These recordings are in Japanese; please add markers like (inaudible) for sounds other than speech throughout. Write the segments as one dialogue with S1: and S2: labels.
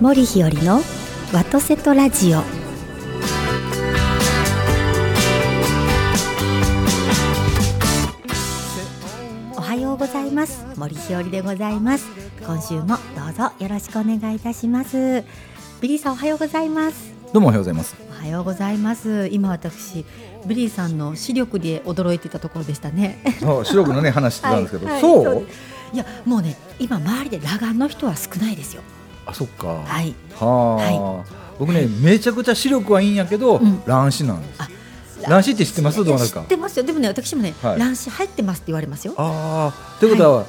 S1: 森日和のワトセトラジオおはようございます森日和でございます今週もどうぞよろしくお願いいたしますビリーさんおはようございます
S2: どうもおはようございます。
S1: おはようございます今私ビリーさんの視力で驚いてたところでしたね
S2: そう、白くのね、話してたんですけど、
S1: はいはい
S2: そう。
S1: いやもうね今周りで裸眼の人は少ないですよ
S2: あ、そっか。は
S1: はい
S2: あ、僕ね、めちゃくちゃ視力はいいんやけど、
S1: うん
S2: 乱視なんです
S1: あ。
S2: 乱視って知ってます、どうなる
S1: いや知
S2: か
S1: っ。てますよでもね私もね、
S2: はい
S1: 乱視入ってますって言われますよ
S2: ああ、ということは。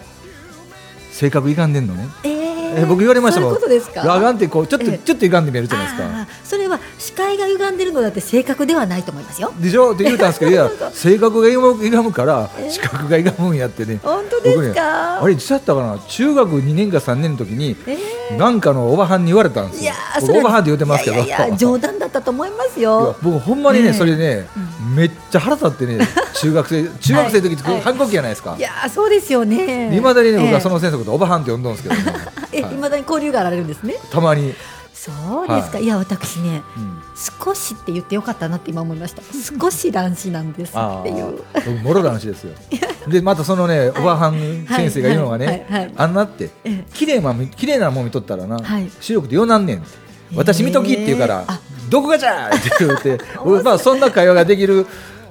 S2: 性格歪んでんのね。
S1: え
S2: え僕言われました
S1: そう
S2: も
S1: い
S2: ん
S1: うことですか
S2: 裸眼ってこう、ちょっと、
S1: ええ
S2: ちょっと歪んで見えるじゃないです
S1: あ
S2: か。
S1: ーそれは視界が歪んでるのだって正確ではないと思いますよ
S2: でしょって言うたん
S1: (laughs)
S2: ですけど、いや、性格が歪む歪むから
S1: え、え
S2: 視覚が歪むんやってね。
S1: 本当で
S2: ですす
S1: か、
S2: あれ、いつやったかな、中学2年か3年の時に、
S1: え
S2: なんかのおばはんに言われたんで
S1: ー
S2: す
S1: いや
S2: よ
S1: ー。
S2: 僕おばはんって言ってますけど。
S1: いやいや
S2: (laughs)
S1: いや冗談だったと思います
S2: いや
S1: よ
S2: 僕ほんまにね、
S1: ねえ
S2: それね、めっちゃ腹立って
S1: (laughs)
S2: ね中学生中学生の時ってこう
S1: はい
S2: 反抗期じゃないですか
S1: いやーそうですよね
S2: いまだにね僕はそ
S1: の、
S2: の先生のことおばはんって呼んどんですけど
S1: (laughs)
S2: ね
S1: えーえ
S2: はい
S1: いまだに交流があられるんですね
S2: たまに、
S1: そうですか、、
S2: はい
S1: や私ね
S2: うん
S1: 少しって言ってよかったなって今思いました少し乱視なんです
S2: あ
S1: っていう
S2: あ僕もろだ話ですよでまたそのねおばはん先生が言うのが
S1: はいはい
S2: ね
S1: はいはい
S2: あんなって
S1: ええ
S2: 綺麗まみ綺麗なもん見とったらな
S1: はい
S2: 視力でよなんねんって私見ときって言うから
S1: あ
S2: どこがじゃーって言
S1: (laughs)
S2: って僕まあそんな会話ができる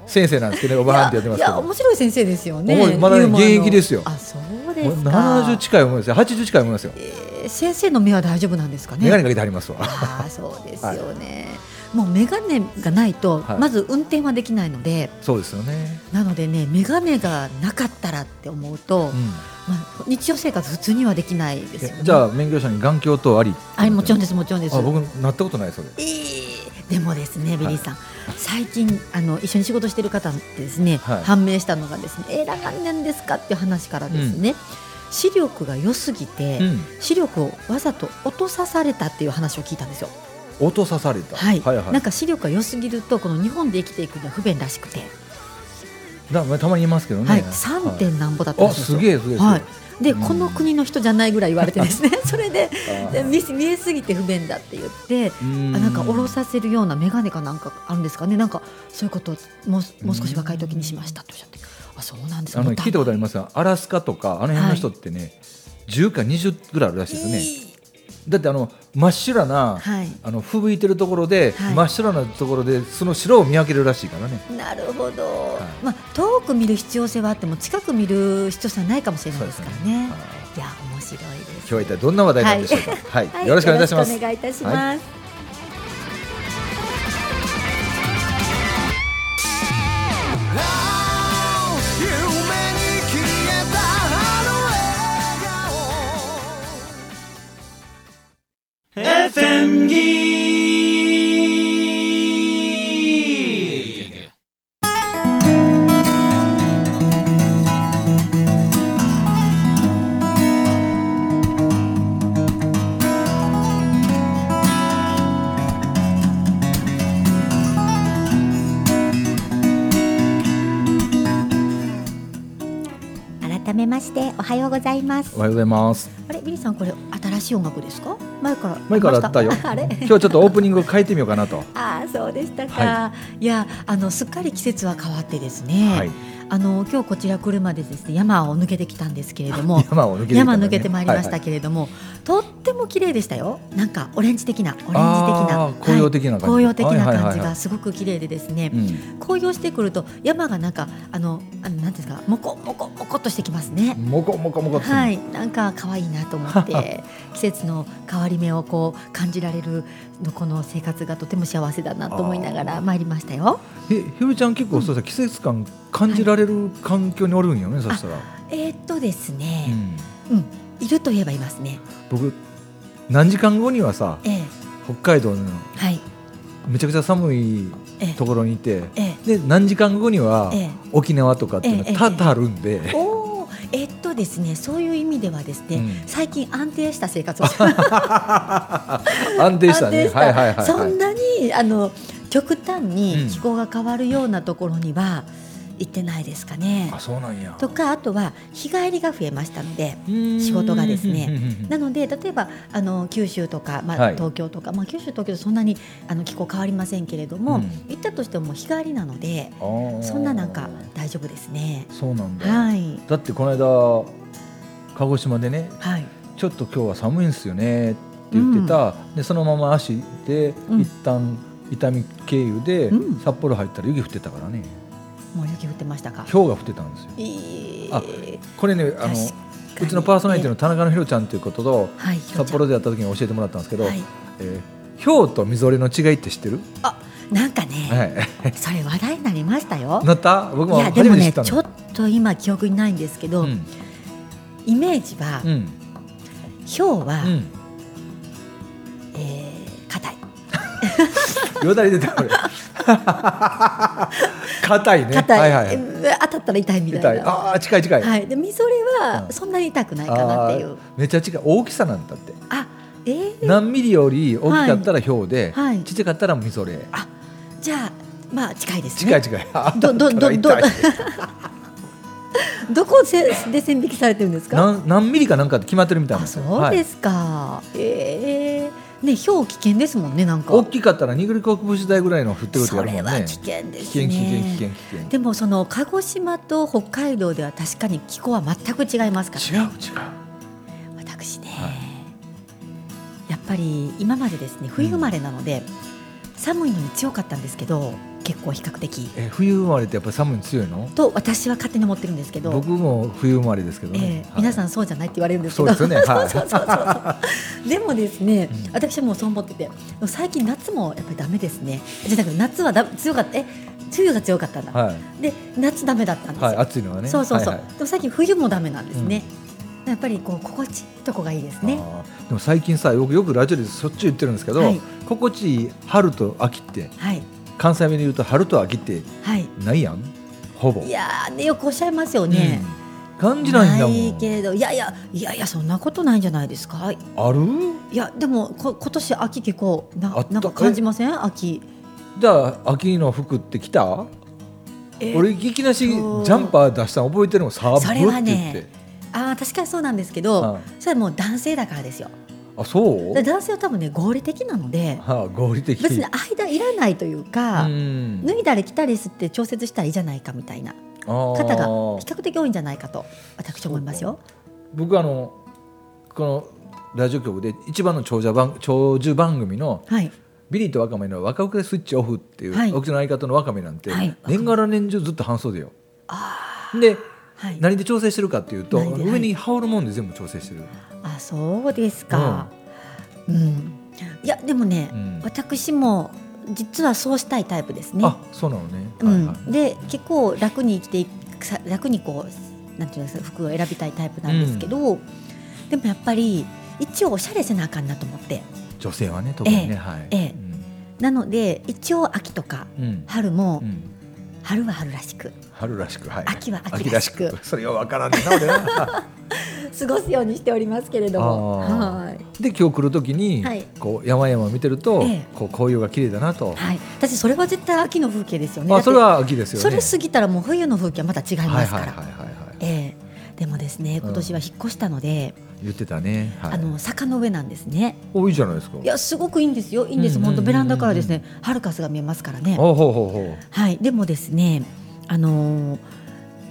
S2: 先生なんですけどねおばはんって呼んでます
S1: い
S2: け
S1: やいや
S2: ど
S1: 面白い先生ですよね
S2: おいまだね
S1: ユーモアの
S2: 現役ですよ
S1: あそうで
S2: もう
S1: すか
S2: 70近い思いですよ80近い思いですよ
S1: えー先生の目は大丈夫なんですかね
S2: 眼鏡かけてはりますわ
S1: ああそうですよ
S2: (laughs)
S1: ね、もう眼鏡がないと、
S2: はい
S1: まず運転はできないので
S2: そうですよね。
S1: なのでね眼鏡がなかったらって思うと、まあ、日常生活普通にはできないですよね
S2: えじゃあ免許証に眼鏡等あり。
S1: あれもちろんですもちろんです
S2: あ僕なったことないそれ。
S1: えーでもですねビリーさん、最近あの一緒に仕事してる方ってですね、
S2: はい
S1: 判明したのがですねえー、裸眼なんですかっていう話からですね、視力が良すぎて、
S2: うん。
S1: 視力をわざと落とさされたっていう話を聞いたんですよ。
S2: 落とさされた。
S1: はい、
S2: はい
S1: なんか視力が良すぎるとこの日本で生きていくには不便らしくて、
S2: だまあたまに言いますけどね。
S1: はい、3
S2: はい
S1: 点なんぼだったら
S2: あ
S1: しい
S2: す
S1: ん
S2: げ
S1: で
S2: えす
S1: す
S2: げえ。
S1: よ。はい
S2: す
S1: で
S2: うん
S1: この国の人じゃないぐらい言われてですねそれ
S2: げ
S1: で
S2: えあ
S1: で
S2: ー
S1: 見見えすぎて不便だって言って
S2: う
S1: あ
S2: ん
S1: なんか下ろさせるような眼鏡かなんかあるんですかねなんかそういうことをもうもう少し若い時にしましたっておっしゃってあそうなんです
S2: あの聞いたことありますすがアラスカとかあの辺の人ってね10か20ぐらいあるらしいですね。だってあの真っ白な
S1: はい
S2: あの吹雪いてるところで
S1: はい
S2: 真っ白なところでその白を見分けるらしいからね。
S1: なるほど、
S2: い
S1: まあ遠く見る必要性はあっても近く見る必要性はないかもしれないですからね
S2: はい
S1: いや面白いです
S2: 今日は一体どんな話題なんでしょうか。
S1: は
S2: はい、よろしくお願いいたします
S1: よろ。くお願いいたします。
S2: は
S1: 改めましておはようございます
S2: お。はようございます。
S1: あれビリーさんこれ新しい音楽ですか？前から。
S2: 前からあったよ
S1: あれ
S2: 今。日ちょっとオープニング変えてみようかなと。
S1: あーそうでしたか、、
S2: はい
S1: やあのすっかり季節は変わってですね、
S2: はい。
S1: あの今日こちら来るまでですね山を抜けてきたんですけれども
S2: (laughs) 山を抜けてきたんだ
S1: 山
S2: ね
S1: 抜けてまいりました
S2: はい
S1: けれども、とっても綺麗でしたよなんかオレンジ的なオレンジ的な
S2: あー紅葉的な感じ
S1: 紅葉的な
S2: はい
S1: 感
S2: は
S1: じ
S2: いは
S1: が
S2: い
S1: すごく綺麗でですね、
S2: はい
S1: 紅葉してくると山がなんかあのあのなんていうんですかもこもこもこっとしてきますね
S2: う。ん。もこもこもこっつって
S1: はい、なんか可愛いなと思って
S2: (laughs)
S1: 季節の変わり目をこう感じられるのこの生活がとても幸せだなと思いながら参りましたよ。
S2: えひろちゃん結構そうさ季節感感じられる環境におるんよね、そしたら。
S1: えーっとです
S2: う
S1: ね、
S2: ん。
S1: うん、いるといえばいますね。
S2: 僕何時間後にはさ
S1: ええ
S2: 北海道の
S1: はい、
S2: めちゃくちゃ寒い
S1: ええ
S2: ところにいて、
S1: ええ
S2: で何時間後には
S1: ええ
S2: 沖縄とかっていうの
S1: ええええ
S2: は多々あるん
S1: (laughs)
S2: で。
S1: おーえーっとですね、そういう意味ではですね、
S2: うん
S1: 最近安定した生活を
S2: 安定したね。
S1: 安定した
S2: はいはいはい、はい。
S1: そんなにあの極端
S2: う
S1: に
S2: ん
S1: 気候が変わるようなところには行ってないですかね。
S2: あそうなんや
S1: とかあとは日帰りが増えましたので。
S2: 仕
S1: 仕事がですねな
S2: な
S1: ので例えばあの九州とか、まあ
S2: はい
S1: 東京とか、まあ、九州東京とそんなにあの気候変わりませんけれども、
S2: うん
S1: 行ったとしても日帰りなのでそんななんか大丈夫ですね。
S2: そうなんだ、
S1: はい、
S2: だってこの間鹿児島でね
S1: はい、
S2: ちょっと今日は寒いんですよねって言ってた、でそのまま足で
S1: うん
S2: 一旦伊丹経由で
S1: うん
S2: 札幌入ったら雪降ってたからね
S1: もう雪降ってましたか。
S2: 氷が降ってたんですよ
S1: いい
S2: あこれねあの
S1: 確かに
S2: うちのパーソナリティの田中のひろちゃんということと
S1: えはい、ひろちゃん
S2: 札幌でやった時に教えてもらったんですけど、
S1: はい、
S2: えー、氷とみぞれの違いって知ってる、
S1: なんかね、
S2: はい、
S1: それ話題になりましたよ。
S2: なった僕
S1: い
S2: も
S1: やで
S2: 初
S1: も
S2: めて知
S1: ね
S2: っ
S1: ち
S2: たの
S1: ょっと今記憶にないんですけど、
S2: うん
S1: イメージは、
S2: う
S1: 氷
S2: ん
S1: ひょうは、
S2: うん
S1: えー硬い。
S2: よだれ出て
S1: (laughs)
S2: くる。硬いね。
S1: 硬い、
S2: はいはいはい。
S1: うわ当たったら痛いみた
S2: 痛
S1: い
S2: い。
S1: な。
S2: ああ近い近い。
S1: はい、でみぞれ
S2: う
S1: は
S2: ん
S1: そんなに痛くないかなっていう。
S2: あーめっちゃ近い。大きさなんだって。
S1: あえー
S2: 何ミリより大きかったら氷で、
S1: はい
S2: ちっちゃかったらみぞれ。
S1: じゃあまあ近いです
S2: 近い
S1: ね。
S2: 近い。 (laughs)
S1: どどどど
S2: 痛い
S1: どこせで線引きされてるんですか。
S2: 何何ミリかなんかって決まってるみたいな
S1: あ
S2: んですよ。。
S1: そうですすか。えー、ねひょう危険ですもんねなんか。
S2: 大きかったらニグリコップ時代ぐらいの降ってくると
S1: そ
S2: やる
S1: れ
S2: もん
S1: は
S2: ね。
S1: 危険で
S2: 危
S1: す
S2: 険
S1: ね。
S2: 危険危険危険。
S1: でもその鹿児島と北海道では確かに気候は全く違いますから、
S2: 違う違
S1: ね、
S2: う。
S1: 私ね、
S2: は
S1: やっぱり今までですね冬生まれなので、寒いのに強かったんですけど結構比較的
S2: え冬生まれってやっぱ寒いの強いの？
S1: と私は勝手に思ってるんですけど、
S2: 僕も冬生まれですけど
S1: え
S2: ね
S1: え。皆さ
S2: ん
S1: んそうじゃないって言われるんですけ
S2: そう
S1: ど
S2: ですよね。
S1: (laughs)
S2: はい。
S1: でもですね、
S2: うん
S1: 私はもうそう思ってて最近夏もやっぱりダメですねじゃなくて夏はだ強かったえ冬が強かったんだ、
S2: は
S1: で夏ダメだったん
S2: い
S1: ですよ、
S2: はい暑いのはね。
S1: そうそうそう、
S2: はいはい
S1: でも最近冬もダメなんですね、やっぱりこう心地いいとこがいいですね
S2: あーでも最近さよくよくラジオでしょっちゅう言ってるんですけど、
S1: はい
S2: 心地いい春と秋って
S1: はい
S2: 関西弁で言うと春と秋って
S1: はい
S2: ないやんほぼ
S1: いやーねよくおっしゃいますよね、
S2: うん感じないんだもん
S1: いけれどいやいやいやいやそんなことないんじゃないですかい
S2: ある
S1: やでもこ今年秋結構な
S2: あった
S1: なんか感じません秋、
S2: じゃあ秋の服って着た
S1: え
S2: 俺いきなしジ
S1: そう
S2: ャンパー出したの覚えてるもんサーブ
S1: それは
S2: って言
S1: ね
S2: って、
S1: あー確かにそうなんですけど、
S2: はい
S1: それはもう男性だからですよ
S2: あそう
S1: で男性は多分ね合理的なので
S2: はあ、合理的
S1: 別に間いらないというか、
S2: うん
S1: 脱いだり着たりすって調節したらいいじゃないかみたいな
S2: あー
S1: 方が比較的多いんじゃないかと私思いますよ。
S2: 僕あのこのラジオ局で一番の長者番長寿番組の
S1: はい、
S2: ビリーとワカメの若奥でスイッチオフっていう、
S1: はい
S2: 奥の相方のワカメなんて、
S1: はい
S2: 年がら年中ずっと半袖よ。で
S1: はい、
S2: 何で調整してるかっていうと
S1: 何ではい
S2: 上に羽織るもんで全部調整してる。
S1: あそうですか、うんいやでもね、
S2: うん
S1: 私も実はそうしたいタイプですね。
S2: あそうなのね。
S1: う
S2: はいはい
S1: ん、で結構楽に生きていくさ楽にこうなんていうんですか服を選びたいタイプなんですけど、でもやっぱり一応おしゃれせなあかんなと思って
S2: 女性はね特にね、
S1: ええ
S2: はい。
S1: ええなので一応秋とか
S2: うんうん
S1: 春も、
S2: うん
S1: 春は春らしく
S2: 春らしくはい。
S1: 秋は秋らしく
S2: 秋それようわからんねんな俺
S1: (laughs)
S2: な
S1: 過ごすようにしておりますけれども。
S2: あー
S1: はい
S2: で今日来る時に、
S1: はい
S2: こう山々を見てると、
S1: ええ
S2: こう紅葉が綺麗だなと。
S1: はい、私それは絶対秋の風景ですよね。だっ
S2: あ
S1: て
S2: それは秋ですよ
S1: それ
S2: ね。
S1: 過ぎたらもう冬の風景はまた違い
S2: は
S1: ま
S2: い
S1: すか
S2: はいはい
S1: ら。
S2: はいはい。
S1: ええでもですね今年は引っ越したので、
S2: 言ってたね。はい、
S1: あの坂の上なんですね。
S2: 多いじゃないですか。
S1: いやすごくいいんですよいいんで
S2: う
S1: す
S2: んうんうん
S1: 本当ベランダからですねハルカスが見えますからね。
S2: ほうほうほうほう。
S1: はいでもですねあのー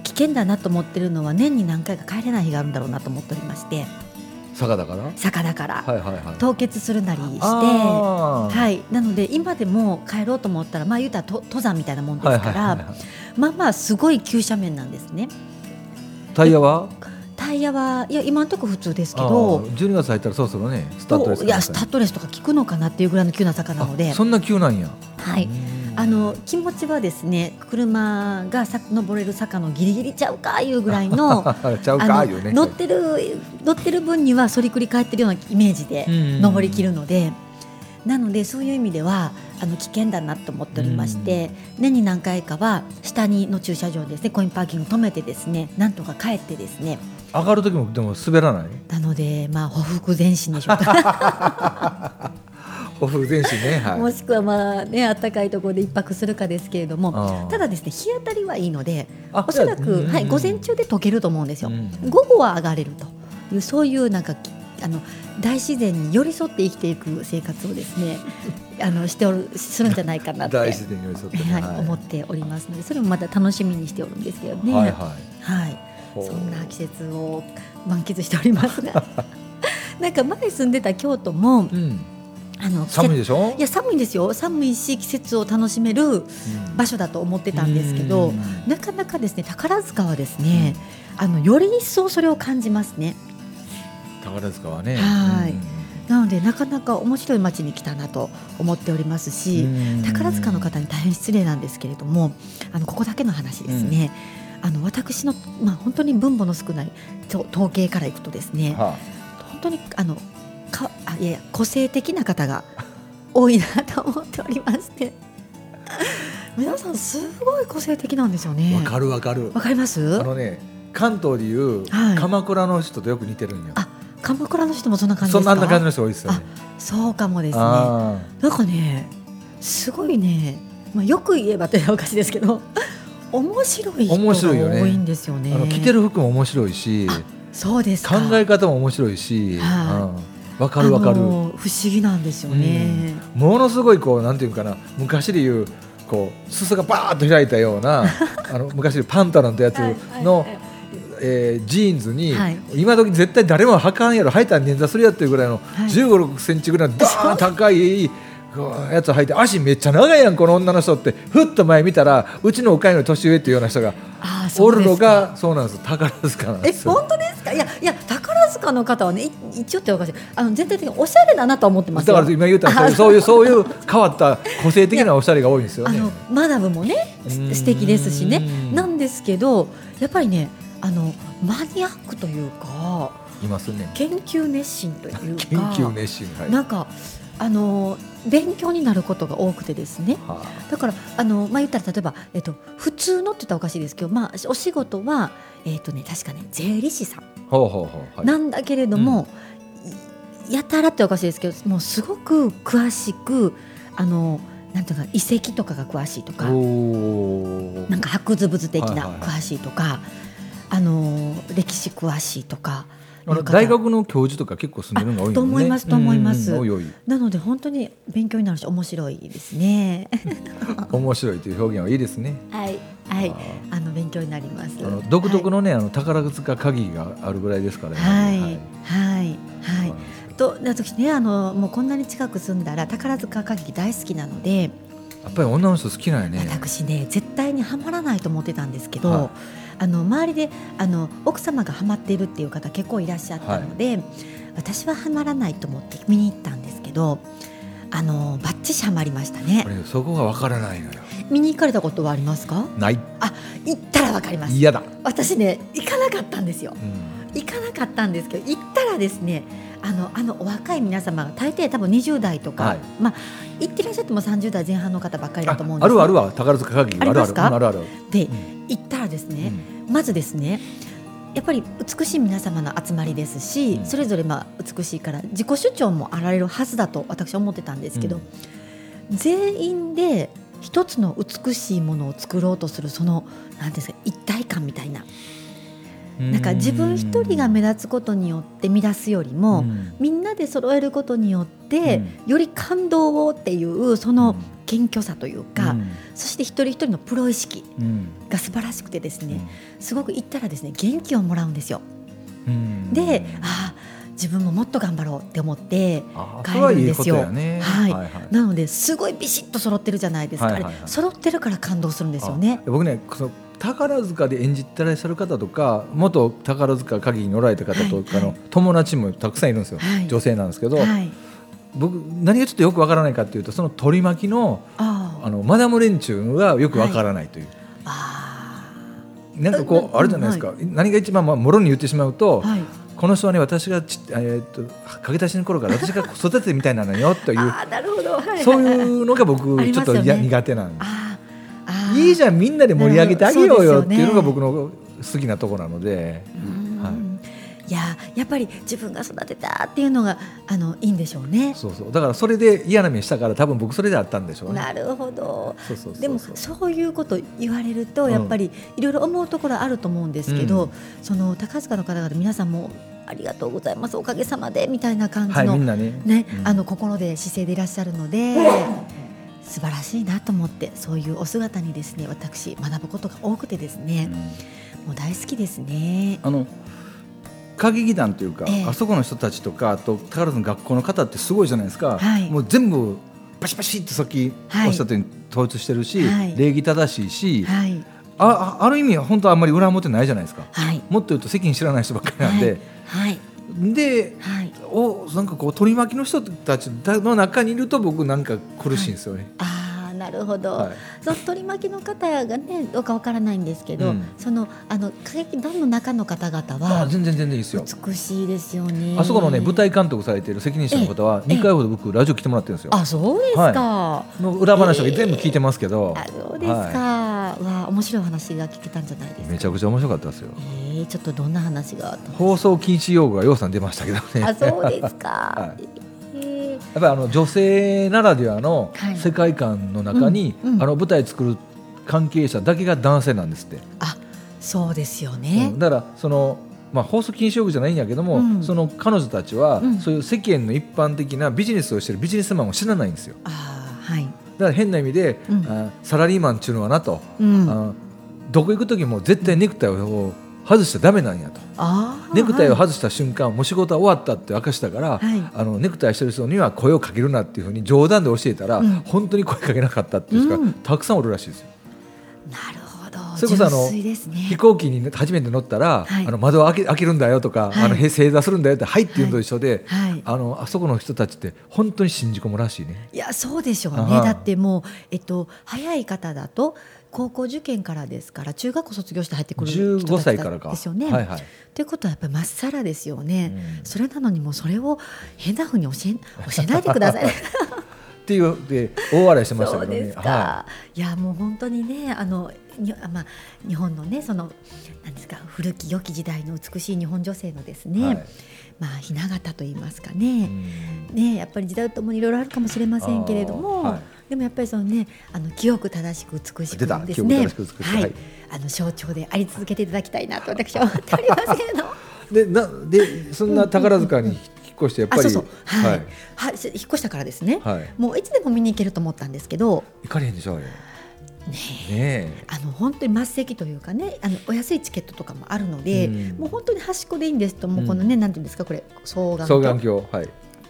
S1: 危険だなと思ってるのは年に何回か帰れない日があるんだろうなと思っておりまして
S2: 坂だから。は
S1: 坂だから
S2: いはいはい。
S1: 凍結するなりして。
S2: あー
S1: はい、なので今でも帰ろうと思ったら、まあ、言うたらと登山みたいなもんですから、
S2: はいはいはいはい
S1: まあまあすごい急斜面なんですね
S2: タイヤは。
S1: タイヤはいや今のところ普通ですけ
S2: あ
S1: ど
S2: ー12月入ったらそろそろねスタート
S1: ど
S2: で
S1: う
S2: す
S1: いやスタッドレスとか効くのかなっていうぐらいの急な坂なので
S2: そんな急なんや。
S1: は
S2: う
S1: い、
S2: ーん
S1: あの気持ちはですね車がさ登れる坂のギリギリちゃうかいうぐらい
S2: (laughs)
S1: の。
S2: ちゃう
S1: あ
S2: か
S1: の
S2: いうね。
S1: 乗ってる乗ってる分にはそりくり返ってるようなイメージで
S2: うん
S1: 登りきるので、なのでそういう意味ではあの危険だなと思っておりまして、年に何回かは下にの駐車場にですねコインパーキング止めてですねなんとか帰ってですね
S2: 上がる時
S1: (laughs)
S2: もでも滑らない。 (laughs)
S1: なのでまあほふ前進でしょうか
S2: ほお風前進ね、はい、
S1: もしくはまあね暖かいところで一泊するかですけれど
S2: あ
S1: も
S2: ー
S1: ただですね日当たりはいいので
S2: あ
S1: おそら
S2: じゃあうん
S1: く、
S2: うん
S1: はい、午前中で溶けると思うんですよ、
S2: うん
S1: 午後は上がれるというそういうなんかきあの大自然に寄り添って生きていく生活をです
S2: (laughs)
S1: ねあのしておるするんじゃないかなって、
S2: 大自然に寄り添ってね、
S1: はい、思っておりますのでそれもまた楽しみにしておるんですけどね。
S2: はいは
S1: はい
S2: い
S1: そんな季節を満喫しておりま
S2: (laughs)
S1: すがなんか前住んでた京都も
S2: うん、
S1: あの季節
S2: 寒いでしょ
S1: いや寒いんですよ寒いし季節を楽しめる
S2: うん
S1: 場所だと思ってたんですけど
S2: うん
S1: なかなかですね宝塚はですね、あのより一層それを感じますね
S2: 宝塚はね
S1: はい
S2: い
S1: なのでなかなか面白い街に来たなと思っておりますし、宝塚の方に大変失礼なんですけれどもあのここだけの話ですね、あの私の、まあ、本当に分母の少ないちょ統計からいくとですね
S2: は
S1: 本当にあのかあいやいや個性的な方が多いなと思っておりまして (laughs) 皆さんすごい個性的なんですよ
S2: あ
S1: ね
S2: わかるわかる
S1: わかります
S2: あのね関東でいう、
S1: はい
S2: 鎌倉の人とよく似てるんよ
S1: あ鎌倉の人もそんな感じ
S2: そ
S1: で
S2: ん
S1: すか
S2: な感じの人多いですよね
S1: そうかもですねな
S2: あ
S1: んかねすごいね、まあ、よく言えばというのはおかしいですけど (laughs) 面白い人が
S2: 面白いよね
S1: 多いんですよね
S2: ーあの着てる服も面白いし
S1: そうです
S2: 考
S1: か
S2: え方も面白いし
S1: は
S2: うんわかるわかる、
S1: あの不思議なんですよね、
S2: ものすごいこうなんていうかな昔でいうこう裾がバーッと開いたよう
S1: (laughs)
S2: なあの昔でパンタロンってやつの
S1: はいはいはい
S2: えージーンズに、
S1: はい
S2: 今時絶対誰も履かんやろ履いたら捻挫するやっていうぐらいの
S1: はい
S2: 1 5 6センチぐらいのドーン高いこうやつ履いて足めっちゃ長いやんこの女の人ってふっと前見たらうちのおかゆの年上っていうような人が
S1: あーそ
S2: お
S1: うで
S2: る
S1: すか
S2: のがそうなんです宝塚なん
S1: え
S2: ですよ。
S1: 本当ですかいやいや宝塚の方はねい一応っておかしいあの全体的におしゃれだなとは思ってま
S2: だ
S1: すよ
S2: から今言ったらそういうそういうそういう変わった個性
S1: (laughs)
S2: 的なおしゃれが多いんですよ
S1: あ
S2: ね
S1: の。マダムもね
S2: うん
S1: す素敵ですしねなんですけどやっぱりねあのマニアックというか
S2: いますね。
S1: 研究熱心というか
S2: 研究熱心はい。
S1: なんかあの勉強になることが多くてですね
S2: は
S1: だからあの、まあ、言ったら例えば、えっと、普通のって言ったらおかしいですけど、まあ、お仕事は、えっとね、確かね税理士さん
S2: あ、ほうほうほう。はい、
S1: なんだけれども、いやたらっておかしいですけどもうすごく詳しくあのなんていうか遺跡とかが詳しいとか
S2: おー
S1: なんか博物物的
S2: はい
S1: な
S2: はいはい
S1: 詳しいとか、あの歴史詳しいとか
S2: あの
S1: なんか
S2: 大学の教授とか結構住んでるのが多いよね。
S1: あと思いますと思います
S2: うん多い多い
S1: なので本当に勉強になるし面白いですね。
S2: 面白いという表現はいいですね。
S1: はい、はい
S2: あ、ー
S1: あの勉強になります。
S2: あの独特のね、あの宝塚鍵があるぐらいですからね。
S1: はい、はい、はい、はい
S2: そうなんですよ
S1: と私ねあのもうこんなに近く住んだら宝塚歌劇大好きなので、
S2: やっぱり女の人好きなんやね。
S1: 私ね絶対にはまらないと思ってたんですけど、
S2: はい
S1: あの周りであの奥様がはまっているっていう方結構いらっしゃったので、私ははまらないと思って見に行ったんですけどあのバッチシはまりましたね
S2: これそこがわからないのよ。
S1: 見に行かれたことはありますか
S2: ない。
S1: 行ったらわかります
S2: 嫌だ。
S1: 私ね行かなかったんですよ
S2: うん
S1: 行かなかったんですけど行ったらですねあのあのお若い皆様が大抵多分20代とか、
S2: はい
S1: まあ行ってらっしゃっても30代前半の方ばっかりだと思うん
S2: ああ
S1: です
S2: る
S1: ね
S2: あるわ宝塚鍵がある
S1: あ
S2: あ
S1: ります
S2: る
S1: か
S2: うんあるある。
S1: で
S2: うん
S1: 行ったらですね、
S2: うん
S1: まずですねやっぱり美しい皆様の集まりですし、
S2: うん
S1: それぞれまあ美しいから自己主張もあられるはずだと私は思ってたんですけど、
S2: うん
S1: 全員で一つの美しいものを作ろうとするそのなんていうんですか一体感みたいななんか自分一人が目立つことによって乱すよりも、
S2: うん
S1: みんなで揃えることによって、より感動をっていうそうの
S2: ん
S1: 謙虚さというか、そして一人一人のプロ意識
S2: うんうん
S1: が素晴らしくてです
S2: う
S1: ね、
S2: ん
S1: すごく行ったらですね元気をもらうんですよ。
S2: うん
S1: で、ああ自分ももっと頑張ろうって思って
S2: あ
S1: 帰るんですよ
S2: それはいいことやね
S1: はい
S2: はいはい
S1: なのですごいビシッと揃ってるじゃないですか、
S2: はいはいはい
S1: あれ揃ってるから感動するんですよね
S2: あ。僕ねその宝塚で演じてらっしゃる方とか元宝塚歌劇に乗られた方とか
S1: は
S2: の
S1: い
S2: 友達もたくさんいるんですよ、
S1: はい
S2: 女性なんですけど、
S1: はい、
S2: 僕何がちょっとよくわからないかっていうとその取り巻きの
S1: あ
S2: あのマダム連中がよくわからないという、
S1: ああ
S2: なんかこ
S1: え
S2: う
S1: な
S2: あれじゃないですか、何が一番、まあ、もろに言ってしまう
S1: あ
S2: と、
S1: はい、
S2: この人はね私がち、えーっと駆け出しの頃から私が育ててみたいなのよという
S1: ああなるほど、はいはい、
S2: そういうのが僕
S1: あり
S2: ちょ
S1: ま
S2: っ
S1: すよ
S2: と
S1: ね
S2: いや苦手なんです。
S1: ああああ
S2: いいじゃんみんなで盛り上げてあげようよっていうのが
S1: なるほ
S2: 僕
S1: ど
S2: の好きなところなので、
S1: うん
S2: はい
S1: いややっぱり自分が育てたっていうのがあのいいんでしょうね。
S2: そうそうだからそれで嫌な目したから多分僕それであったんでしょうね
S1: なるほど
S2: そうそうそうそう
S1: でもそういうこと言われると
S2: うん
S1: やっぱりいろいろ思うところあると思うんですけど、
S2: うん
S1: その宝塚の方々皆さんもありがとうございますおかげさまでみたいな感じ
S2: はい
S1: の、
S2: みんなね
S1: ね
S2: うん
S1: あの心で姿勢でいらっしゃるので、素晴らしいなと思ってそういうお姿にですね私学ぶことが多くてですね、もう大好きですね。
S2: あの歌劇団というか、
S1: ええ
S2: あそこの人たちとかあと宝塚の学校の方ってすごいじゃないですか、
S1: はい
S2: もう全部パシパシってさっき
S1: はい
S2: おっしゃったように統一してるし、
S1: はい
S2: 礼儀正しいし、
S1: はい、
S2: ああある意味は本当あんまり裏表ないじゃないですか
S1: はい、
S2: もっと言うと責任知らない人ばっかりなんで、
S1: はい、
S2: で
S1: はい、
S2: おなんかこう取り巻きの人たちの中にいると僕なんか苦しいんですよね。
S1: ああ、なるほど。
S2: はい
S1: その取り巻きの方がね、どうかわからないんですけ
S2: う
S1: ど、
S2: ん
S1: そのあの歌劇団の中の方々
S2: あ
S1: は
S2: 全然全然いいですよ
S1: 美しいですよね。
S2: あそこのね舞。台監督されている責任者の方は
S1: ええ
S2: 2回ほど僕ラジオ来てもらってるんですよ。
S1: あ、そうですか。
S2: の裏話を全部聞いてますけど、
S1: あ、そうですか。
S2: は
S1: わあ、面白い話が聞けたんじゃないで
S2: い
S1: すか。
S2: めちゃくちゃ面白かったですよ。
S1: えー、ちょっとどんな話があったの。
S2: 放送禁止用語がようさん出ましたけどね。
S1: あ、
S2: やっ
S1: そうですか。
S2: (laughs) は
S1: えー
S2: ぱりあの女性ならではの
S1: はい
S2: 世界観の中に、
S1: うんうん
S2: あの舞台作る関係者だけが男性なんですって。
S1: あ、そうですよ
S2: う
S1: ね
S2: ん。だからそのまあ、放送禁止用語じゃないんやけども、
S1: うん
S2: その彼女たちは、
S1: うん
S2: そういう世間の一般的なビジネスをしてるビジネスマンを知らないんですよ
S1: あー、はい。
S2: だから変な意味で、
S1: うん
S2: あサラリーマンっていうのはなと、
S1: うん。あ
S2: あどこ行く時も絶対ネクタイを外しちゃだめなんやと
S1: あー。
S2: ネクタイを
S1: は
S2: 外した瞬間、もう仕事は終わったって明かしたから、
S1: はい
S2: あのネクタイしてる人には声をかけるなっていうふうに冗談で教えたら、
S1: うん
S2: 本当に声かけなかったっていう人が、
S1: うん
S2: たくさんおるらしいですよ。
S1: い。なるほど。
S2: それこそあの
S1: 純粋です
S2: (laughs)
S1: ね。
S2: 飛行機に初めて乗ったら、
S1: はい
S2: あの窓を開け開けるんだよとか、
S1: はい
S2: あのへ正座するんだよって「はい」って言うのと一緒で、
S1: はい。
S2: あのあそこの人たちって本当に信じ込むらしいね。
S1: いやそうでしょうね
S2: あは
S1: だってもう、えっと、早い方だと高校受験からですから中学校卒業して入ってくる人
S2: 15
S1: たち
S2: 歳からか。
S1: ですよね。と、
S2: はい
S1: い
S2: はい、
S1: うことはやっぱりまっさらですよね。
S2: うん
S1: それなのにもうそれを変なふうに教え
S2: (laughs)
S1: 教えないでください
S2: っていうで大笑いしてました
S1: (laughs)
S2: け
S1: そう
S2: どね。
S1: ですか、、
S2: はい
S1: やもう本当にねあのにまあ、日本のねそのなんですか古き良き時代の美しい日本女性のです
S2: い
S1: ね、
S2: はい
S1: まあ、雛形といいますかね、
S2: うん
S1: ね、やっぱり時代ともにいろいろあるかもしれませんけれども、
S2: あーはい
S1: でもやっぱりそのねあの清く正しく美しく
S2: 出た
S1: です
S2: 清
S1: ね
S2: く正しく美しく
S1: はい、
S2: はい
S1: あの象徴であり続けていただきたいなと私は思っておりますけ
S2: で
S1: れど
S2: なでそんな宝塚に引っ越してやっぱ
S1: あ
S2: り、
S1: そうそうはい、は
S2: はい
S1: し引っ越したからですね、
S2: はい
S1: もういつでも見に行けると思ったんですけど
S2: 行かれへんでしょあれねえ
S1: あの本当に末席というかねあのお安いチケットとかもあるので、
S2: うん
S1: もう本当に端っこでいいんですともうこのね、なんていうんですかこれ双眼
S2: 双眼
S1: 鏡
S2: 鏡はい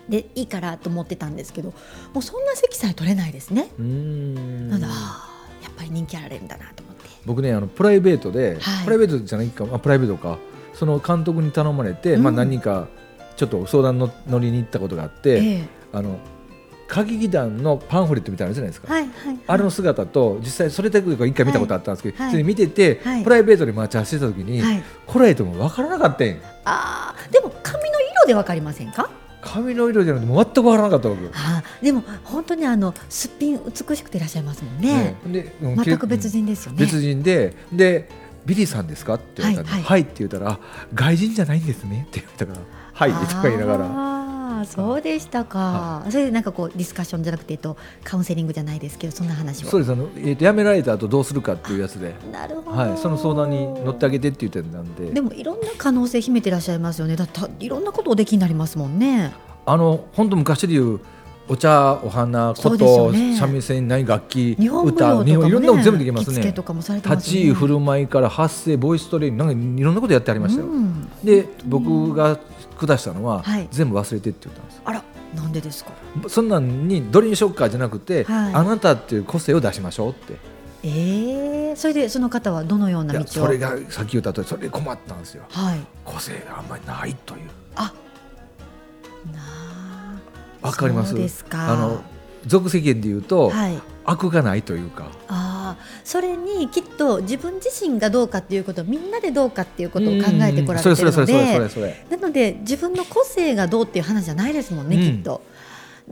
S1: でいいからと思ってたんですけどもうそんな席さえ取れないですね。
S2: うーん
S1: なんだ、あーやっぱり人気あられるんだなと思って。
S2: 僕ねあのプライベートで、
S1: はい
S2: プライベートじゃないかあプライベートかその監督に頼まれて、
S1: うん
S2: まあ何人かちょっと相談の乗りに行ったことがあって、
S1: ええ
S2: あの歌劇団のパンフレットみたいなのあるじゃないですか、
S1: はいはいはい。
S2: あれの姿と実際それだけ一回見たことあったんですけど、
S1: はい
S2: それ見てて、
S1: はい
S2: プライベートで待ち合わせてた時に、
S1: はい
S2: これとも分からなかったんよ
S1: ああ、でも髪の色でわかりませんか。
S2: 髪の色じゃなくてもう全く分からなかったわけよ
S1: ああ、でも本当にあのすっぴん美しくていらっしゃいますもんね。
S2: でうん
S1: 全く別人ですよね。
S2: 別人ででビリーさんですかって言われたんで、
S1: は
S2: はいい
S1: はい
S2: って言ったらあ外人じゃないんですねって言われたからはいとか言いながら
S1: ああ、そうでしたか。それでなんかこうディスカッションじゃなくて、えっとカウンセリングじゃないですけど、そんな話
S2: そ
S1: を。
S2: うですあの、えー、と辞められた後どうするかっていうやつで、
S1: なるほど。
S2: はい、その相談に乗ってあげてって言ってたんで
S1: でもいろんな可能性秘めていらっしゃいますよね。だっていろんなことおできになりますもんね。
S2: あの本当昔で言うお茶お花
S1: そ
S2: こ
S1: うですよ
S2: と、
S1: ね
S2: 三味線何楽器
S1: 日本舞
S2: 歌
S1: 踊
S2: 日
S1: とか
S2: 本い
S1: もね、
S2: ろんなも全部できます
S1: 着付け
S2: ね
S1: とかもされてます
S2: 立
S1: よね。
S2: ち居振る舞いから発声ボイストレーニングなんかいろんなことやってありましたよ、
S1: うん
S2: で僕が下したのは、
S1: はい
S2: 全部忘れてって言ったんです
S1: あら、なんでですか。
S2: そんなんにどれにしようかじゃなくて、
S1: はい
S2: あなたっていう個性を出しましょうって
S1: ええそれでその方はどのようない
S2: や
S1: 道を。
S2: それがさっき言ったとりそれで困ったんですよ
S1: はい。
S2: 個性があんまりないという
S1: あ。なあ。
S2: わかります
S1: そうですか。
S2: あの俗世間で言うと、
S1: はい。
S2: 悪がないというか
S1: ああ、それにきっと自分自身がどうかっていうこと、みんなでどうかっていうことを考えてこられて
S2: う
S1: る
S2: んそれそ
S1: の
S2: れそれそれ
S1: で。
S2: それそれ
S1: なので、自分の個性がどうっていう話じゃないですもんね、
S2: うん
S1: きっと。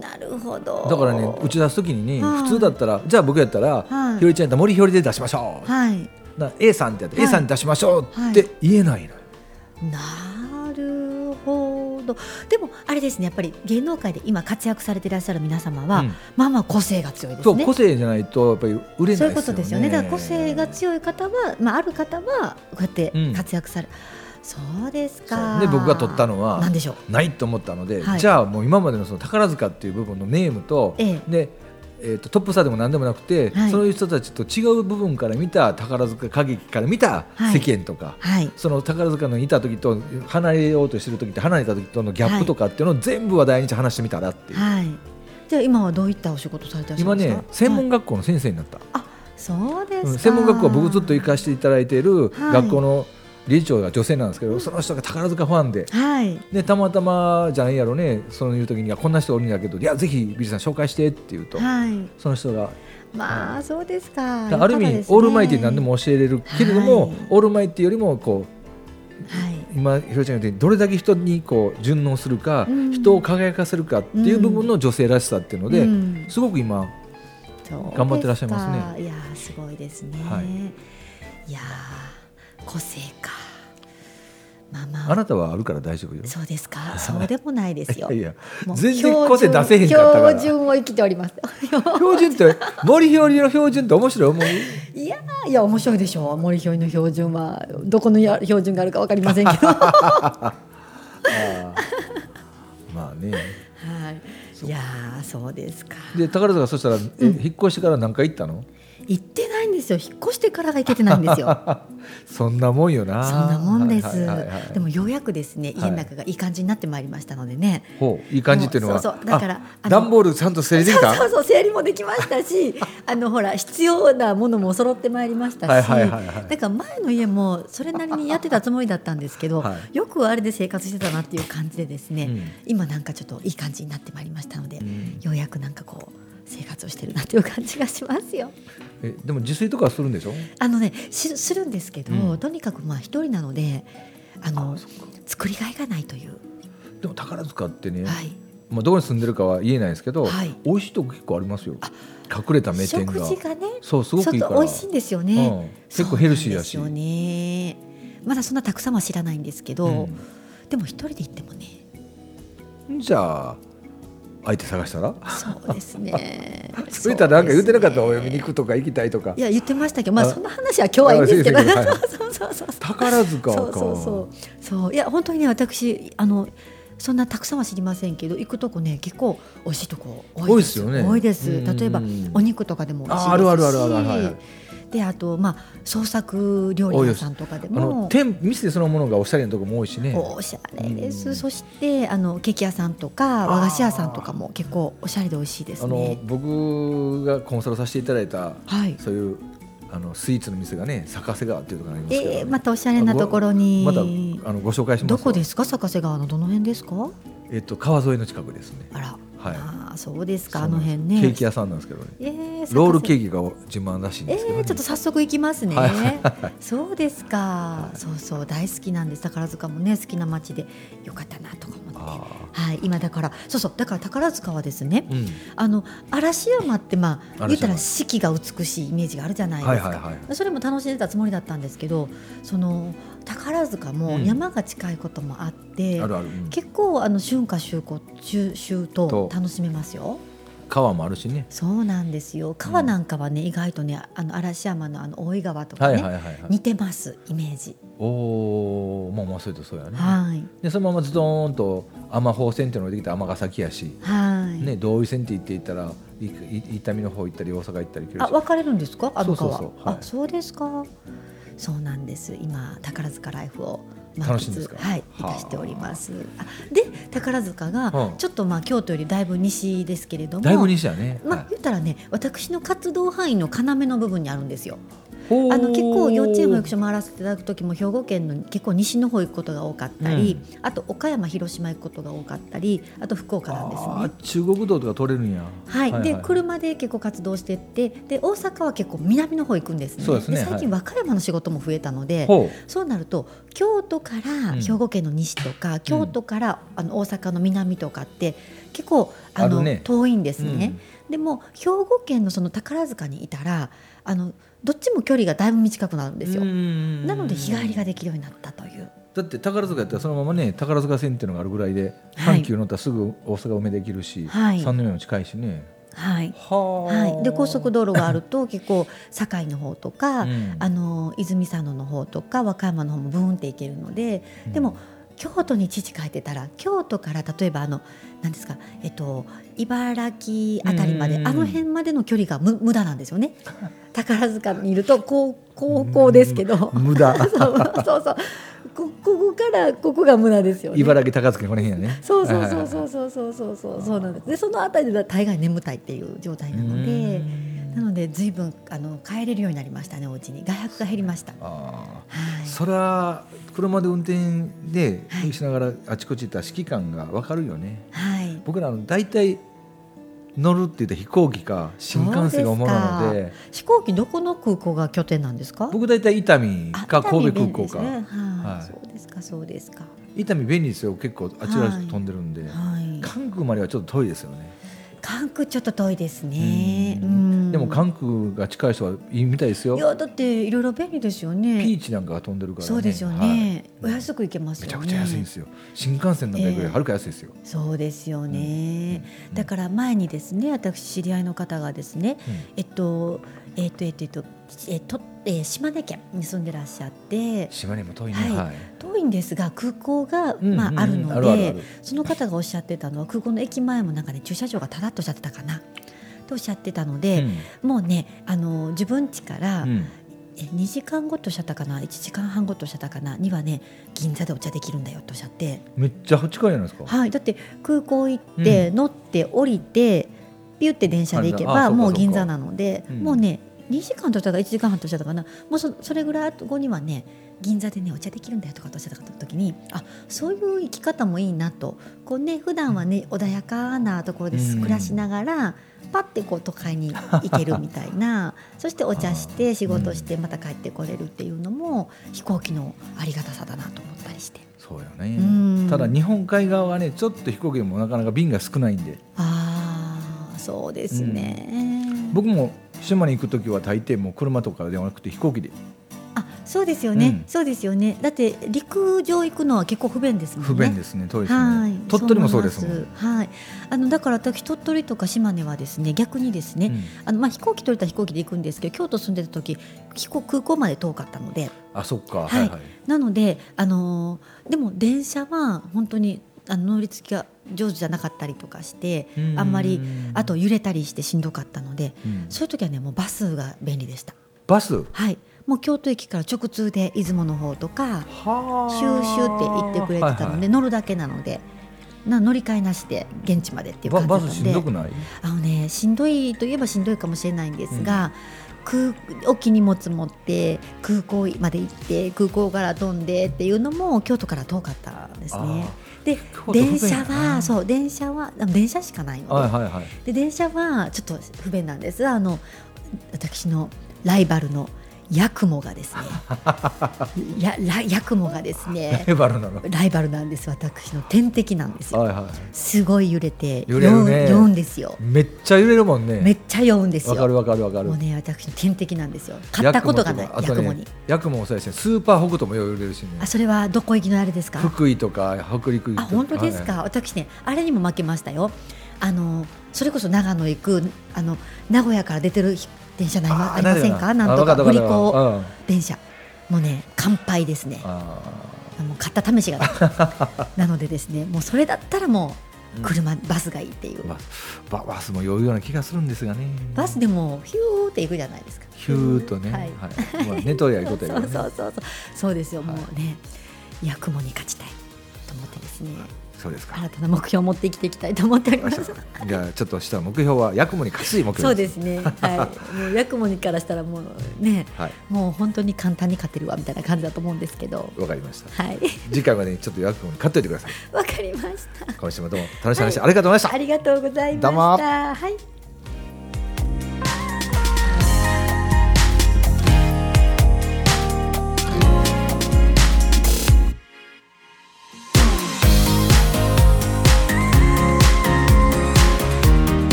S1: なるほど。
S2: だからね打ち出す時にね、
S1: はい
S2: 普通だったらじゃあ僕やったら、
S1: はい
S2: ひよりちゃんやったら森ひよりで出しましょう、
S1: はい。
S2: な A さんってやって、
S1: はい
S2: A さんに出しましょうって言えないのよ、
S1: なるほどでもあれですねやっぱり芸能界で今活躍されていらっしゃる皆様は、
S2: うん
S1: まあまあ個性が強いで
S2: そ
S1: す
S2: う
S1: ね
S2: 個性じゃないとやっぱり売れないです
S1: そ
S2: よね
S1: ういうことですよね。だから個性が強い方は、まあ、ある方はこうやって活躍され、そうですか。
S2: そうで僕が取ったのは
S1: なんでしょう。
S2: ないと思ったので、
S1: はい
S2: じゃあもう今までのその宝塚っていう部分のネームと、
S1: ええ
S2: でえー、とトップスターでも何でもなくて、
S1: はい
S2: そういう人たちと違う部分から見た宝塚歌劇から見た
S1: はい
S2: 世間とか、
S1: はい。
S2: その宝塚のいた時と離れようとしてる時と離れた時とのギャップとかっていうのを全部話題にして話してみたらっていう、
S1: はい。じゃあ今はどういったお仕事されてらっしゃ
S2: 今
S1: るんですか。
S2: ね専門
S1: はい
S2: 学校の先生になった、
S1: あ、そうです
S2: う
S1: か。
S2: ん専門学校は僕ずっと行かせていただいている
S1: はい
S2: 学校の理事長が女性なんですけど、その人が宝塚ファンで
S1: はい。
S2: でたまたまじゃないやろねそういう時にはこんな人おるんだけどいやぜひビリーさん紹介してって言うと、
S1: はい。
S2: その人が
S1: まあそうですか。
S2: ある意味、
S1: よかったですね
S2: オールマイティー何で。も教えれるけれども、
S1: はい
S2: オールマイティーよりもこう
S1: はい。
S2: 今ひろちゃんが言ったようにどれだけ人にこう順応するか、
S1: うん
S2: 人を輝かせるかっていう部分の女性らしさっていうので、
S1: うん
S2: すごく今頑張ってらっしゃいます
S1: ね。いやーすごいですね。、
S2: はい
S1: やー個性か。まあまあ。
S2: あなたはあるから大丈夫よ。
S1: そうです
S2: (laughs)
S1: か。そうでもないですよ。
S2: いや
S1: もう
S2: 全然個性出せへんかったから
S1: 標準標準を生きております。 (laughs)
S2: 標準って森ひよりの標準って面白い思う
S1: いやーいや面白いでしょう。森ひょいの標準はどこのや標準があるかわかりません
S2: (laughs)
S1: けど。は
S2: あーまあね
S1: い。いやーそうですか。
S2: で宝塚そしたら、え引っ越してから何回行ったの
S1: 行ってないんですよ。引っ越してからが行けてないんですよ。
S2: (laughs) そんなもんよな
S1: そんなもんです。
S2: はいはいはいはい
S1: でもようやくですね家の中がいい感じになってまいりましたのでね。
S2: ほういい感じっていうのは
S1: そうそうだから
S2: あ
S1: あの
S2: 段ボールちゃんと整理できた
S1: そうそうそう整理もできまし
S2: (laughs)
S1: たしあのほら必要なものも揃ってまいりましたし、
S2: はいはいはいはい
S1: だから前の家もそれなりにやってたつもりだったんですけど、
S2: は
S1: よくあれで生活してたなっていう感じでですね、
S2: うん
S1: 今なんかちょっといい感じになってまいりましたので、
S2: ん
S1: ようやくなんかこう生活をしてるなっていう感じがしますよ。
S2: えでも自炊とかはするんでしょ
S1: あのねしするんですけど、
S2: うん
S1: とにかくまあ一人なのであの
S2: あ
S1: 作りがいがないという。
S2: でも宝塚ってね、
S1: はい
S2: まあ、どこに住んでるかは言えないですけど、
S1: はい
S2: 美味しいとこ結構ありますよ隠れた名店
S1: 食
S2: が
S1: 事がね
S2: そうすごくいいから
S1: ちょっと美味しいんですよね、
S2: うん結構ヘルシーやし
S1: そうなんですよねまだそんなたくさんは知らないんですけど、でも一人で行ってもね
S2: うんじゃあ相手探したら
S1: そうですね
S2: (laughs) それたらなんか言ってなかった、
S1: そう
S2: お
S1: です
S2: 嫁に
S1: ね
S2: 行くとか行きたいとか
S1: いや言ってましたけどまあ
S2: あ
S1: そんな話は今日はいいんですけど
S2: あ先生
S1: そうそうそうそう
S2: 宝塚か
S1: そうそうそうそういや本当にね私あのそんなたくさんは知りませんけど行くとこね結構美味しいとこ多
S2: 多い
S1: いです
S2: ですよね
S1: 多いです
S2: うん
S1: 例えばお肉とかでも美味しいですし
S2: ああるあるあるあるはいはい
S1: であとまあ創作料理屋さんとかで
S2: あの
S1: も
S2: 店店そのものがおしゃれなとこも多いしね
S1: おしゃれです、
S2: うん
S1: そしてあのケーキ屋さんとか和菓子屋さんとかも結構おしゃれで美味しいです
S2: あの
S1: ね
S2: 僕がコンサルさせていただいた
S1: はい
S2: そういうあのスイーツの店がね坂瀬川っていうところにありますけどね、
S1: ええまたおしゃれなところに
S2: またあのご紹介します
S1: どこですすか坂瀬川のどの辺ですか
S2: えっと川沿いの近くですね
S1: あら、
S2: はい
S1: ああそうですか
S2: そ
S1: あ
S2: うな
S1: の
S2: んです
S1: 辺ね
S2: ケーキ屋さんなんですけどね
S1: えー
S2: ロールケ
S1: 坂瀬
S2: ーキが自慢らしいん
S1: え
S2: ですけど、ね
S1: ーちょっと早速行きますね、
S2: はい
S1: そうですか、そうそう大好きなんです宝塚もね好きな街でよかったなとか思って
S2: あ
S1: はい今だからそうそうだから宝塚はですね、
S2: ーうん
S1: あの嵐山ってまあ
S2: 山
S1: 言ったら四季が美しいイメージがあるじゃないですか、
S2: はいはいはい
S1: それも楽しんでたつもりだったんですけどその宝塚も
S2: うん
S1: 山が近いこともあって、
S2: あるある、うん
S1: 結構あの春夏秋冬秋秋
S2: と
S1: と楽しめますよ
S2: 川もあるしね
S1: そうなんですよ川なんかはね、意外とねあの嵐山のあの大井川とか
S2: はい
S1: ね、
S2: はいはいはい
S1: 似てますイメージ、
S2: おおまあまあそうやとそうやね、
S1: はい
S2: でそのままズドーンと尼宝線っていうのができた尼崎やし、
S1: はい、
S2: ね道井線って行っていったらいい伊丹の方行ったり大阪行ったり行ける
S1: あ
S2: し
S1: 分かれるんですかあの川
S2: そうそうそうはい
S1: あそうですかそうなんです今宝塚ライフを
S2: 楽しいんですか
S1: はい
S2: はあ
S1: いたしておりますあで宝塚
S2: う
S1: が
S2: ん
S1: ちょっとまあ京都よりだいぶ西ですけれども
S2: だいぶ西やね、
S1: まあ
S2: は
S1: 言ったらね私の活動範囲の要の部分にあるんですよ
S2: い
S1: あの結構幼稚園保
S2: も
S1: 育所回らせていただく時も兵庫県の結構西の方行くことが多かったり、あと岡山広島行くことが多かったりあと福岡なんですね
S2: あー中国道とか取れるんや
S1: はい、で車で結構活動してってで大阪は結構南の方行くんですね
S2: そうですね
S1: 最近和歌山の仕事も増えたので、
S2: ほ
S1: そうなると京都から
S2: うん
S1: 兵庫県の西とか、京都からあの大阪の南とかって結構あ
S2: あ
S1: の
S2: るね
S1: 遠いんです
S2: う、
S1: ね、でも兵庫県のその宝塚にいたらあのどっちも距離がだいぶ短くなるんですよ、
S2: な
S1: なので日帰りができるようになったという
S2: だって宝塚やったらそのままね宝塚線っていうのがあるぐらいで
S1: はい
S2: 阪急乗ったらすぐ大阪梅できるし、
S1: はい
S2: 三宮も近いしね。
S1: はい
S2: はあ、
S1: はい、で高速道路があると結構堺の方とか、
S2: うん
S1: あの泉佐野の方とか和歌山の方もブーンって行けるので、でも京都に父帰ってたら京都から例えばあの何ですか、えっと、茨城あたりまで、
S2: うん
S1: あの辺までの距離が無無駄なんですよね宝塚にいると高高校ですけど、
S2: うん無駄
S1: (laughs) そうそうそうこここからここが無駄ですよね。
S2: 茨城高槻この辺やね
S1: そうそうそうそうそうそうそうそうそうなんです。でそのあたりで大概眠たいっていう状態なので、なので随分あの帰れるようになりましたねお家に外泊が減りました。は
S2: ああ
S1: い。
S2: それは車で運転で
S1: はい
S2: しながらあちこち行ったら指揮官がわかるよね、
S1: はい。
S2: 僕らあの大体乗るって言ったら飛行機か新幹線が主なので
S1: そう飛行機どこの空港が拠点なんですか？
S2: 僕大体伊丹
S1: あ
S2: か神戸空港
S1: 伊丹便利です
S2: か
S1: ねは
S2: はい
S1: い。そうですかそうですか。
S2: 伊丹便利ですよ結構あちら
S1: はい
S2: 飛んでるんで、
S1: はい。
S2: 関空まではちょっと遠いですよね、
S1: 関空ちょっと遠いですね。
S2: う
S1: うんん。
S2: でも関空が近い人はいいみたいです
S1: い
S2: よ
S1: やだっていろいろ便利ですよね。
S2: ピーチなんかが飛んでるからね
S1: そうですよね。お安く行けま
S2: はい
S1: す
S2: め
S1: よ
S2: ちゃく
S1: ね。
S2: ちゃ安いんですよ新幹線なんかよりはるか安いですよ、
S1: そうですよね、
S2: うん
S1: だから前にですね私知り合いの方がですねえっとえっとえっとえっとえっとえー島根県に住んでらっしゃって
S2: うん島根も遠いね、
S1: はい
S2: はい
S1: 遠いんですが空港が、
S2: うん
S1: ま
S2: う
S1: あ
S2: ん、
S1: あるので
S2: あるあるある
S1: その方がおっしゃってたのは空港の駅前もなんかね駐車場がただっとおっしゃってたかなとおっしゃってたので、もうねあの自分家から、
S2: うんうん
S1: え2時間後とおっしゃったかな1時間半後とおっしゃったかなにはね銀座でお茶できるんだよとおっしゃって。
S2: めっちゃ近いじゃないですか、
S1: はい、だって空港行って、乗って降りてピュって電車で行け
S2: ああ
S1: ば
S2: そうか
S1: もう
S2: そうか
S1: 銀座なので、
S2: うん
S1: もうね2時間としたか1時間半としたかなもうそそれぐらい後にはね銀座でねお茶できるんだよとかとした時にあそういう生き方もいいなとこうね普段はね穏やかなところで
S2: うん
S1: 暮らしながらパッてこう都会に行けるみたい
S2: (laughs)
S1: なそしてお茶して仕事してまた帰ってこれるっていうのも飛行機のありがたさだなと思ったりして。
S2: そうよね、
S1: うん
S2: ただ日本海側はねちょっと飛行機もなかなか便が少ないんで
S1: ああそうですね、
S2: 僕も島に行く時は大抵もう車とかではなくて飛行機で
S1: あそうですよね、
S2: うん
S1: そうですよねだって陸上行くのは結構不便ですもんね
S2: 不便ですね遠いです
S1: は
S2: ね
S1: い
S2: 鳥取もそうですもん
S1: 思いますはいあのだから私鳥取とか島根はですね逆にですね、
S2: うん
S1: あのまあ飛行機取れたら飛行機で行くんですけど京都住んでた時飛行空港まで遠かったので
S2: あそっかは
S1: はいい
S2: はい
S1: なのであのーでも電車は本当にあの乗り付きが上手じゃなかったりとかしてあんまりあと揺れたりしてしんどかったので
S2: うん
S1: そういう時はねもうバスが便利でした
S2: バスは
S1: はい、もう京都駅から直通で出雲の方とか
S2: あ
S1: シューシューって行ってくれてたので、
S2: はいはい
S1: 乗るだけなのでな乗り換えなしで現地までっていう
S2: バ
S1: 感じだ
S2: バ
S1: った
S2: スし
S1: の
S2: ん
S1: で
S2: どくない
S1: あの、ね、しんどいといえばしんどいかもしれないんですが、空大きい荷物持って空港まで行って空港から飛んでっていうのも京都から遠かったんですね。で
S2: あー
S1: 電
S2: 京都
S1: 車
S2: 不便やな
S1: はそう電車はあ電車しかないので、
S2: はいはいはい
S1: で電車はちょっと不便なんですあの私のライバルのヤクモが
S2: (laughs)
S1: ですねやラヤクモがですね
S2: ライバルなの
S1: ライバルなんです私の天敵なんですよ
S2: はいは
S1: すごい揺れて
S2: 揺れるね
S1: 酔う酔うんですよ
S2: いめっちゃ揺れるもん
S1: め
S2: ね
S1: っちゃ酔うんです
S2: わかる
S1: よ
S2: わかるわかる
S1: もうね私の天敵なんですよ買ったことがない
S2: ヤクモ
S1: ヤ
S2: と
S1: ク
S2: か
S1: モ
S2: あと
S1: に
S2: ねヤクモもそうやしスーパー北斗もよう揺れるしね
S1: あそれはどこ行きのあれですか
S2: 福井とか北陸とか
S1: あ本当ですか、私ねあれにも負けましたよあのそれこそ長野行くあの名古屋から出てる電車ないありませんかなんとか振り子
S2: を
S1: 電車もうね乾杯ですねもう買った
S2: (laughs)
S1: 試しがないなのでですねもうそれだったらもう車、バスがいいっていう
S2: バババスも酔うような気がするんですがね
S1: バスでもヒューって行くじゃないですか
S2: ヒューっとね、
S1: は
S2: はい
S1: い
S2: まあ、寝とりゃいいこ
S1: そう
S2: と
S1: そう
S2: やけど
S1: (laughs) そ
S2: ね
S1: うそうそうですよ、
S2: はい
S1: もうねいや雲に勝ちたいと思ってですね
S2: そうですか
S1: 新たな目標を持って生きていきたいと思っております
S2: じゃあちょっとした目標はヤクモに勝つ目標
S1: そうですねはいもうヤクモニからしたらもうね
S2: はい
S1: もう本当に簡単に勝てるわみたいな感じだと思うんですけど
S2: わかりました
S1: はい
S2: 次回までにちょっとヤクモに勝っといてください
S1: わかりました
S2: 今週もどうも楽しい話、ありがとうございました
S1: ありがとうございまし
S2: ど
S1: た
S2: うも
S1: はい